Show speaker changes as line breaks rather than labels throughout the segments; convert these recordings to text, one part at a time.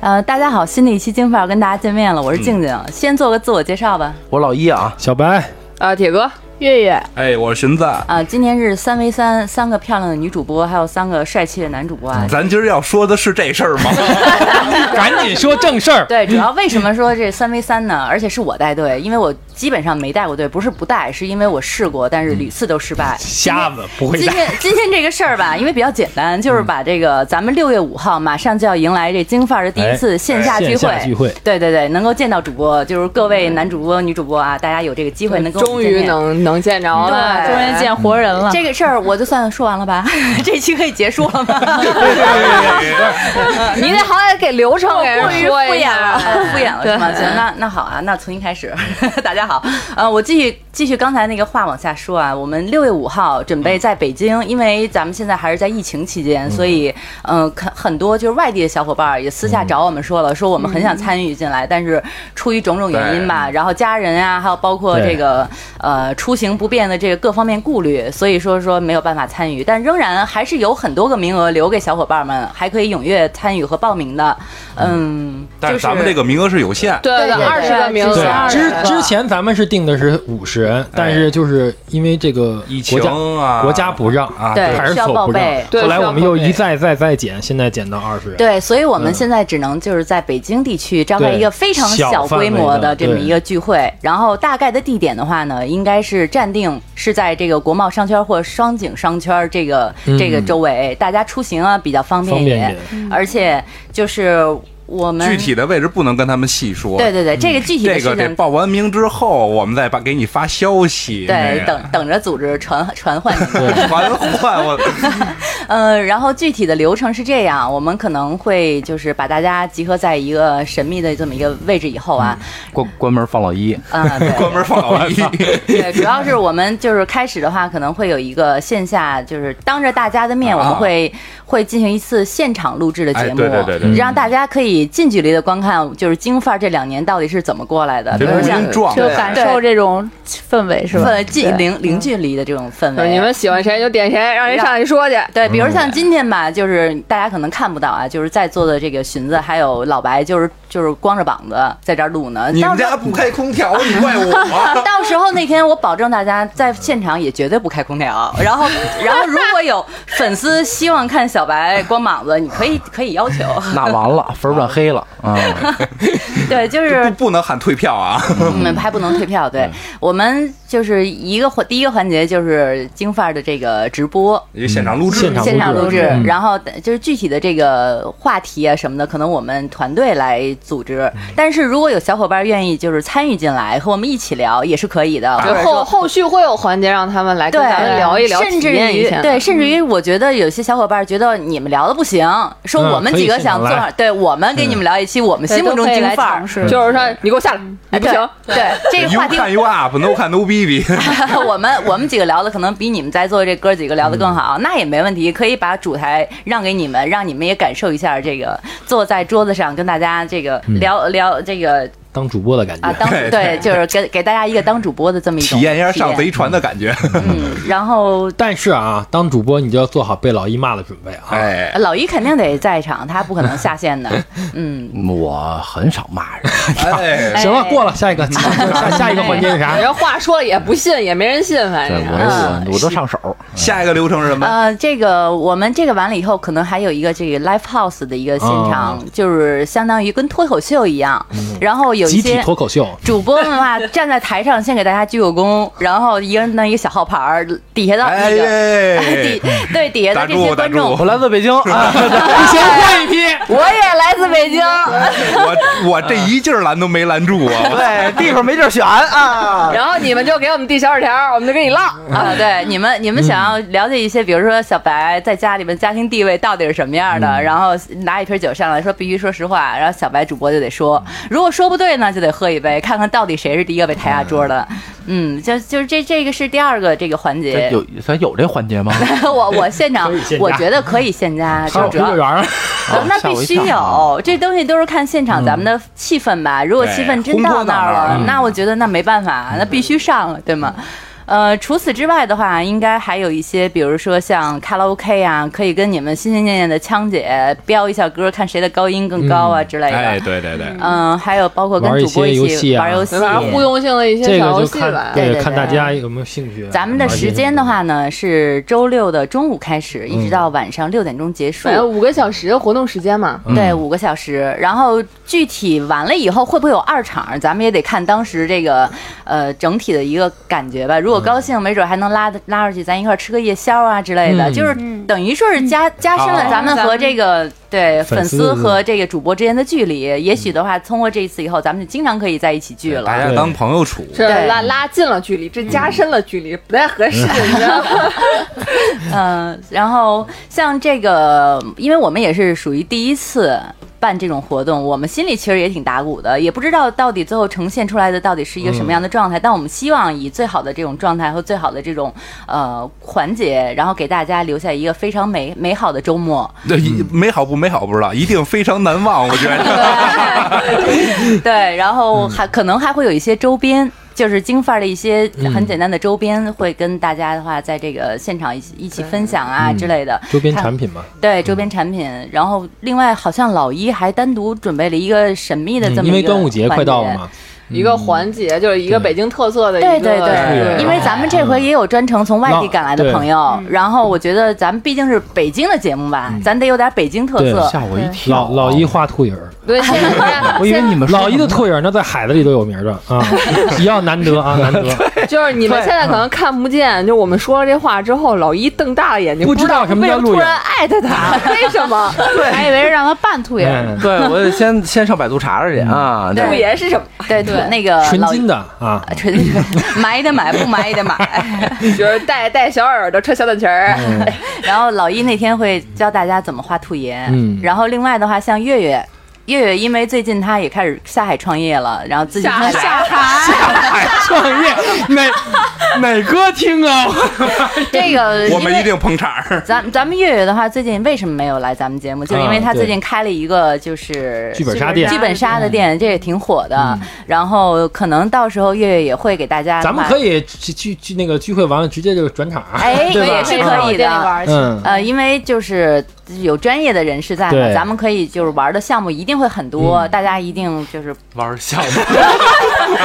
呃，大家好，新的一期京范儿跟大家见面了，
嗯
我是静静，先做个自我介绍吧。
我老一啊，
小 白，
啊，铁哥，
月月，
哎，我是荀子，
啊、今天是三 v 三，三个漂亮的女主播，还有三个帅气的男主播
嗯
啊。
咱今儿要说的是这事儿 吗？
赶紧说正事儿。
对，主要为什么说这三 v 三呢？而且是我带队，因为我基本上没带过队，不是不带，是因为我试过，但是屡次都失败。
瞎子不会
今
打，
天今天这个事儿吧，因为比较简单，就是把这个咱们六月五号马上就要迎来这京范儿的第一次线下聚
哎线
会，
下聚会
对对对，能够见到主播，就是各位男主播、女主播啊，大家有这个机会能跟我
终
们见面
于能能见着了，哎
对终于
见活人了。
这个事儿我就算说完了吧， 这期可以结束了吗？
你得好歹给流程给人说
敷
一
衍了，
下。
敷衍了是吗？行，那那好啊，那从一开始， 大家好，呃，我继续继续刚才那个话往下说啊。我们六月五号准备在北京，因为咱们现在还是在疫情期间，所以嗯，很、很多就是外地的小伙伴儿也私下找我们说了，说我们很想参与进来，但是出于种种原因吧，然后家人啊，还有包括这个呃出行不便的这个各方面顾虑，所以说说没有办法参与，但仍然还是有很多个名额留给小伙伴们，还可以踊跃参与和报名的，嗯。
但是咱们这个名额是有限，
对对，
对
二十个名
对
额，
对
之
对
之前咱们是定的是五十人，
哎
但是就是因为这个
疫情
国家
啊，
国家不让
啊
对
派出
需要
所
报
不让
备，
对
后来我们又
需要报备
一再再再减，现在减到二十人。
对，所以我们
嗯
现在只能就是在北京地区召开
对
一个非常
小
小
范
规
围
模
的
的这么
对
一个聚会，然后大概的地点的话呢，应该是暂定是在这个国贸商圈或双井商圈这个、这个周围，大家出行啊比较方便
方
一
便一
点，而且就是我们
具体的位置不能跟他们细说。
对对对，这个具体的
嗯这
事
个得
情。
报完名之后，我们再把给你发消息。
对，
那个
等等着组织传传唤你们。
缓缓，我
呃，然后具体的流程是这样，我们可能会就是把大家集合在一个神秘的这么一个位置以后啊，
关关门放老一，
啊、对
关门放 老一。
对，主要是我们就是开始的话，可能会有一个线下，就是当着大家的面，
啊
我们会、会进行一次现场录制的节目，
哎对对对对对
让大家可以近距离的观看，就是京范儿这两年到底是怎么过来的，比
这
如
录
像
音撞
就
了，
感受这种氛围是吧？
氛近
对
零零距离的这种氛
对
围。
你们喜欢谁就点谁，让人上去说去。
对，
嗯
比如像今天吧，就是大家可能看不到啊，就是在座的这个荀子还有老白，就是就是光着膀子在这儿录呢。
你
到
们
时候？
家不开空调，你怪我啊吗
到时候那天我保证大家在现场也绝对不开空调，然后 然后如果有粉丝希望看小白光膀子，你可以可以要求，
那完了，粉儿转黑了啊！
对，就是
不不能喊退票啊！
嗯还不能退票，对我们就是一个环第一个环节就是京范儿的这个直播。
因为现场录制，
现场
现场录制
嗯，
然后就是具体的这个话题啊什么的，可能我们团队来组织。
嗯
但是如果有小伙伴愿意就是参与进来，和我们一起聊也是可以的。或
就
者说
后后续会有环节让他们来
对
跟，咱们聊一聊，
甚至
体验一
于
下嗯
对，甚至于我觉得有些小伙伴觉得你们聊的不行，说
嗯
我们几个想做
可以现场来，嗯
对我们给你们聊一期我们心目中
对都可以
京
来
范儿
尝，试
就是说你给我下来，你
哎
不行。
对对这个
，You
话题
can you up，No can no baby。
我们我们几个聊的可能比你们在座这哥几个聊的更
嗯
好，那也没问题，可以把主台让给你们，让你们也感受一下这个坐在桌子上跟大家这个聊、聊这个
当主播的感
啊
觉，
当
嗯对
对，就是给给大家一个当主播的这么一种
体验一下上
体验
贼船的感觉。
嗯，然后
但是啊，当主播你就要做好被老一骂的准备啊。
哎，
老一肯定得在场，他不可能下线的。嗯，
我很少骂人， 啊
哎，
行了，过了，下一 个，下下一个环节是啥？
哎
人话说了也不信，也没人信，反
对
正。
我我我都上手，
嗯下一个流程是什么？
呃，这个我们这个完了以后，可能还有一个这个 live house 的一个现
哦
场，就是相当于跟脱口秀一样，
嗯
然后有一
集体
些
脱口秀，
主播们 啊站在台上，先给大家鞠个躬，然后一个人弄一个小号牌儿，底下的那个。
哎
底，对底下的这些观
打住打
众
住，
我来自北京啊，
先换一批。
我也来自北京。
嗯 我我这一劲儿拦都没拦住啊！
对，哎地方没地儿选啊。
然后你们就给我们递小纸条，我们就跟你唠。
啊，对，你们你们想要了解一些，比如说小白在家里面家庭地位到底是什么样的，
嗯
然后拿一瓶酒上来说必须说实话，然后小白主播就得说，如果说不对呢，就得喝一杯，看看到底谁是第一个被抬下桌的。嗯，就就是这这个是第二个这个环节
这，有咱有这环 节吗？
我我现场
可以现加
我觉得可以现加，
还
就
有
主
游乐
要。
园儿，
啊那必须
吓我一跳
有，这东西都是看现场咱们的气氛吧。如果气氛真
对
到那儿
烘托到那儿
了
了，
那我觉得那没办法，那必须上了，对吗？呃，除此之外的话，应该还有一些，比如说像卡拉 OK 啊，可以跟你们心心念念的枪姐飙一下歌，看谁的高音更高啊之类的。
哎，对对对，
嗯，还有包括跟
玩一
主播
些游
一
戏
起
啊
玩游戏，
反正互动性的一些
这
小
个
游
就
戏
看
吧。
对对
看
对
大家有没有兴趣。啊
咱们的时间的，话呢，是周六的中午开始，一直到晚上六点钟结束
反。正五个小时活动时间嘛，
嗯
对，五个小时。然后具体完了以后会不会有二场，咱们也得看当时这个呃整体的一个感觉吧。如
嗯
果高兴，没准还能拉拉出去，咱一块儿吃个夜宵啊之类的。
嗯哦
就是等于说是加加深了
好
咱们和这个对
粉
粉
丝
丝和这个主播之间的距离。也许的话，通过这一次以后，咱们就经常可以在一起聚
大
了。
家当朋友处。
是
对
拉拉近了距离，这加深了距离，不太合适，你知道吗？
嗯，然后像这个，因为我们也是属于第一次办这种活动，我们心里其实也挺打鼓的，也不知道到底最后呈现出来的到底是一个
嗯
什么样的状态。但我们希望以最好的这种状态和最好的这种呃环节，然后给大家留下一个非常美美好的周末。
对，一美好不美好不知道，一定非常难忘，我觉 得。
对，然后还可能还会有一些周边。就是京范儿的一些
嗯
很简单的周边，会跟大家的话，在这个现场一起一起分享啊之类的。
嗯周边
看
产品嘛，
对周边产品，然后另外好像老一还单独准备了一个神秘的这么一个、
嗯因为端午节快到了，嘛，
一个环节就是一个北京特色的一个，
对对对，
对
啊
因为咱们这回也有专程从外地赶来的朋
嗯
友，然后我觉得咱们毕竟是北京的节目吧，咱得有点北京特色。
吓我一
老
跳。
老一画兔影儿，
对现在
嗯 我以为你们说
老一的兔影儿那在海子里都有名儿的 啊，比较难得啊，难得。
就是你们现在可能看不见，就我们说了这话之后，老一瞪大了眼睛，
不
不
知道什么
为
叫
什
录
么
影
突然艾特他， 为什么？
还以为是让他扮兔眼呢。
嗯
对，我得先先上百度查查去啊。
对
不言是什么？
对对， 那个
纯
老一
金的啊，
纯金买也得买，不买也 得买。
就是戴戴小耳朵，穿小短裙儿，
嗯
然后老一那天会教大家怎么画兔爷，
嗯
然后另外的话，像月月。月月因为最近她也开始下海创业了，然后自己
下
开始
下
海创业哪哪歌听啊？
这个
我
因
们
为
一定捧场 儿。
咱咱们月月的话，最近为什么没有来咱们节目？就是因为
啊
他
对
最近开了一个就是
剧本杀嗯店
剧本杀的店，这也挺火的。然后可能到时候月月也会给大家，
咱们可。以聚聚聚那个聚会完了直接就转场，
哎，
对吧
也是可以
店里
的。
玩去。
嗯，
呃，因为就是有专业的人士在嘛，
对嗯
咱们可以就是玩的项目一定会很多，大家一定就是
玩笑，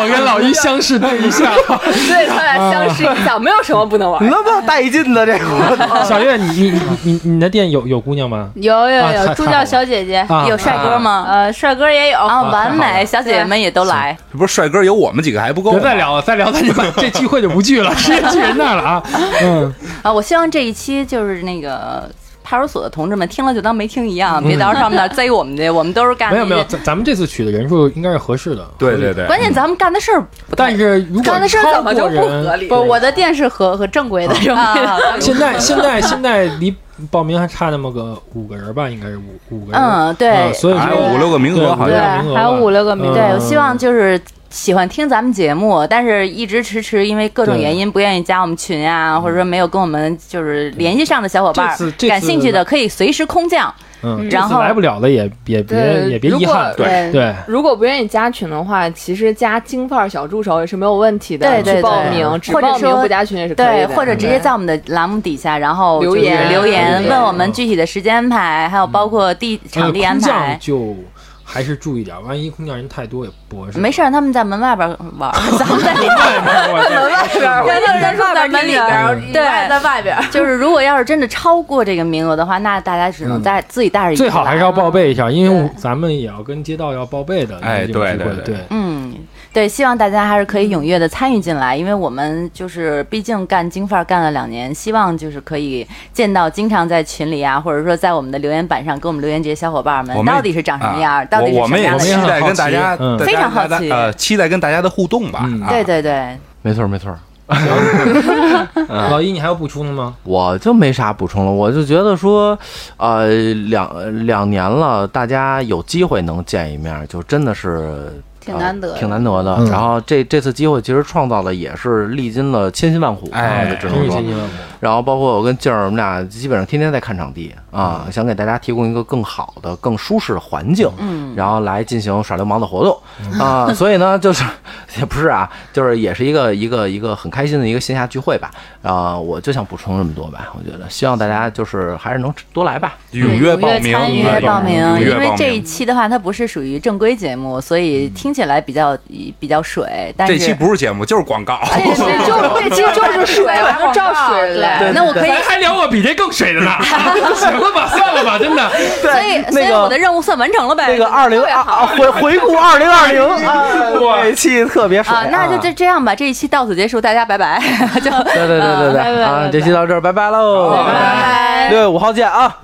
我跟老一 相视对一笑。
对，咱俩相视一笑，没有什么不能玩。
那么带劲的这个，
哦
小月，你你你你你的店有有姑娘吗？
有有
啊
有，助教小姐姐，
啊
有帅哥吗？
呃，帅哥也有。
啊，完
太好
美，
了
小姐姐们也都来。
不是帅哥有我们几个还不够
别
吗？
再聊了，再聊咱就把这聚会就不聚了，直接去人那儿了啊。嗯，
啊，我希望这一期就是那个派出所的同志们听了就当没听一样，别到时候上面那儿贼我们去，我们都是干
嗯没有
那
没有，
些
咱咱们这次取的人数应该是合适的。
对对对，
关键咱们干的事儿不太
但是如果
干的事儿
超
怎么就
过
不
人
合理
不，我的店是和和正规的这种店。
啊，
现 在现在现在离报名还差那么个五个人吧，应该是五五个 人。
嗯，
啊
对，
所以
还有
说
哎五六个名
对
额好
五
对，
六
像。
个名额吧
还有五六个名
嗯
额。
对，我希望就是喜欢听咱们节目，但是一直迟迟因为各种原因不愿意加我们群啊，或者说没有跟我们就是联系上的小伙伴
这次
儿，
这次
感兴趣的可以随时空降。
嗯，
然后
这次来不了的也也别
对，
也别遗憾。
如果
对
对，
如果不愿意加群的话，其实加京范儿小助手也是没有问题的。
对对
去报
对
名，只
或者
报名
说
不加群也是可以
对，
的。
或者直接在我们的栏目底下，然后
留
就是
言
留言
对
问我们具体的时间安排，还有包括地场地
呃
安
空降
排。
就还是注意点，万一空降人太多也不合适。
没事儿，他们在门外边玩儿， 咱们在里边儿。
门外边儿，
关键是在门里边儿
对，
对
在外边儿。
就是如果要是真的超过这个名额的话，那大家只能带、自己带着一个
最好还是要
来
报备一下，因为
对
咱们也要跟街道要报备的。
哎
这种
对
聚会
对
对
对，
嗯，对，希望大家还是可以踊跃的参与进来，因为我们就是毕竟干京范儿干了两年，希望就是可以见到经常在群里啊，或者说在我们的留言板上给我们留言这些小伙伴
我
们，
们
到底是长什么样儿，
啊
到底是
我
什
我
么
们也
样的
期
人。
待跟大家
嗯
大家
非常好奇
呃，期待跟大家的互动吧
嗯。
啊
对对对，
没错没错，
老一，你还有补充的吗？
我就没啥补充了，我就觉得说，呃，两两年了，大家有机会能见一面，就真的是
挺难得
呃
的
挺难得的。
嗯
然后这这次机会其实创造的也是历经了千辛万苦，
哎
啊只
真
能
是
说
千。辛万苦。
然后包括我跟静儿，我们俩基本上天天在看场地啊，
嗯
想给大家提供一个更好的、更舒适的环境，嗯，然后来进行耍流氓的活动
嗯
啊， 所以呢，就是也不是啊，就是也是一个一个一个很开心的一个线下聚会吧啊，我就想补充这么多吧，我觉得希望大家就是还是能多来吧，
踊跃报名，
踊
预
跃
约报名
踊，跃
因为
报
这一
名
期的话，它不是属于正规节目，所以听起来比较比较水。但
这
是哎
期不是节目，就是广告。
这是就这期就是水，我们照水
哎
来。
那我可 以，
咱哎还聊过比这更水的呢， 行了吧，算了吧，真的。
所以所以我的任务算完成了呗。啊
那个二零二回回顾二零二零，
哇
这期特别水
哎啊，那就
啊
这这样吧，这一期到此结束，大家拜拜。就啊
啊对对对对对，啊，这期到这儿，拜拜喽，
好拜
六月五号见啊。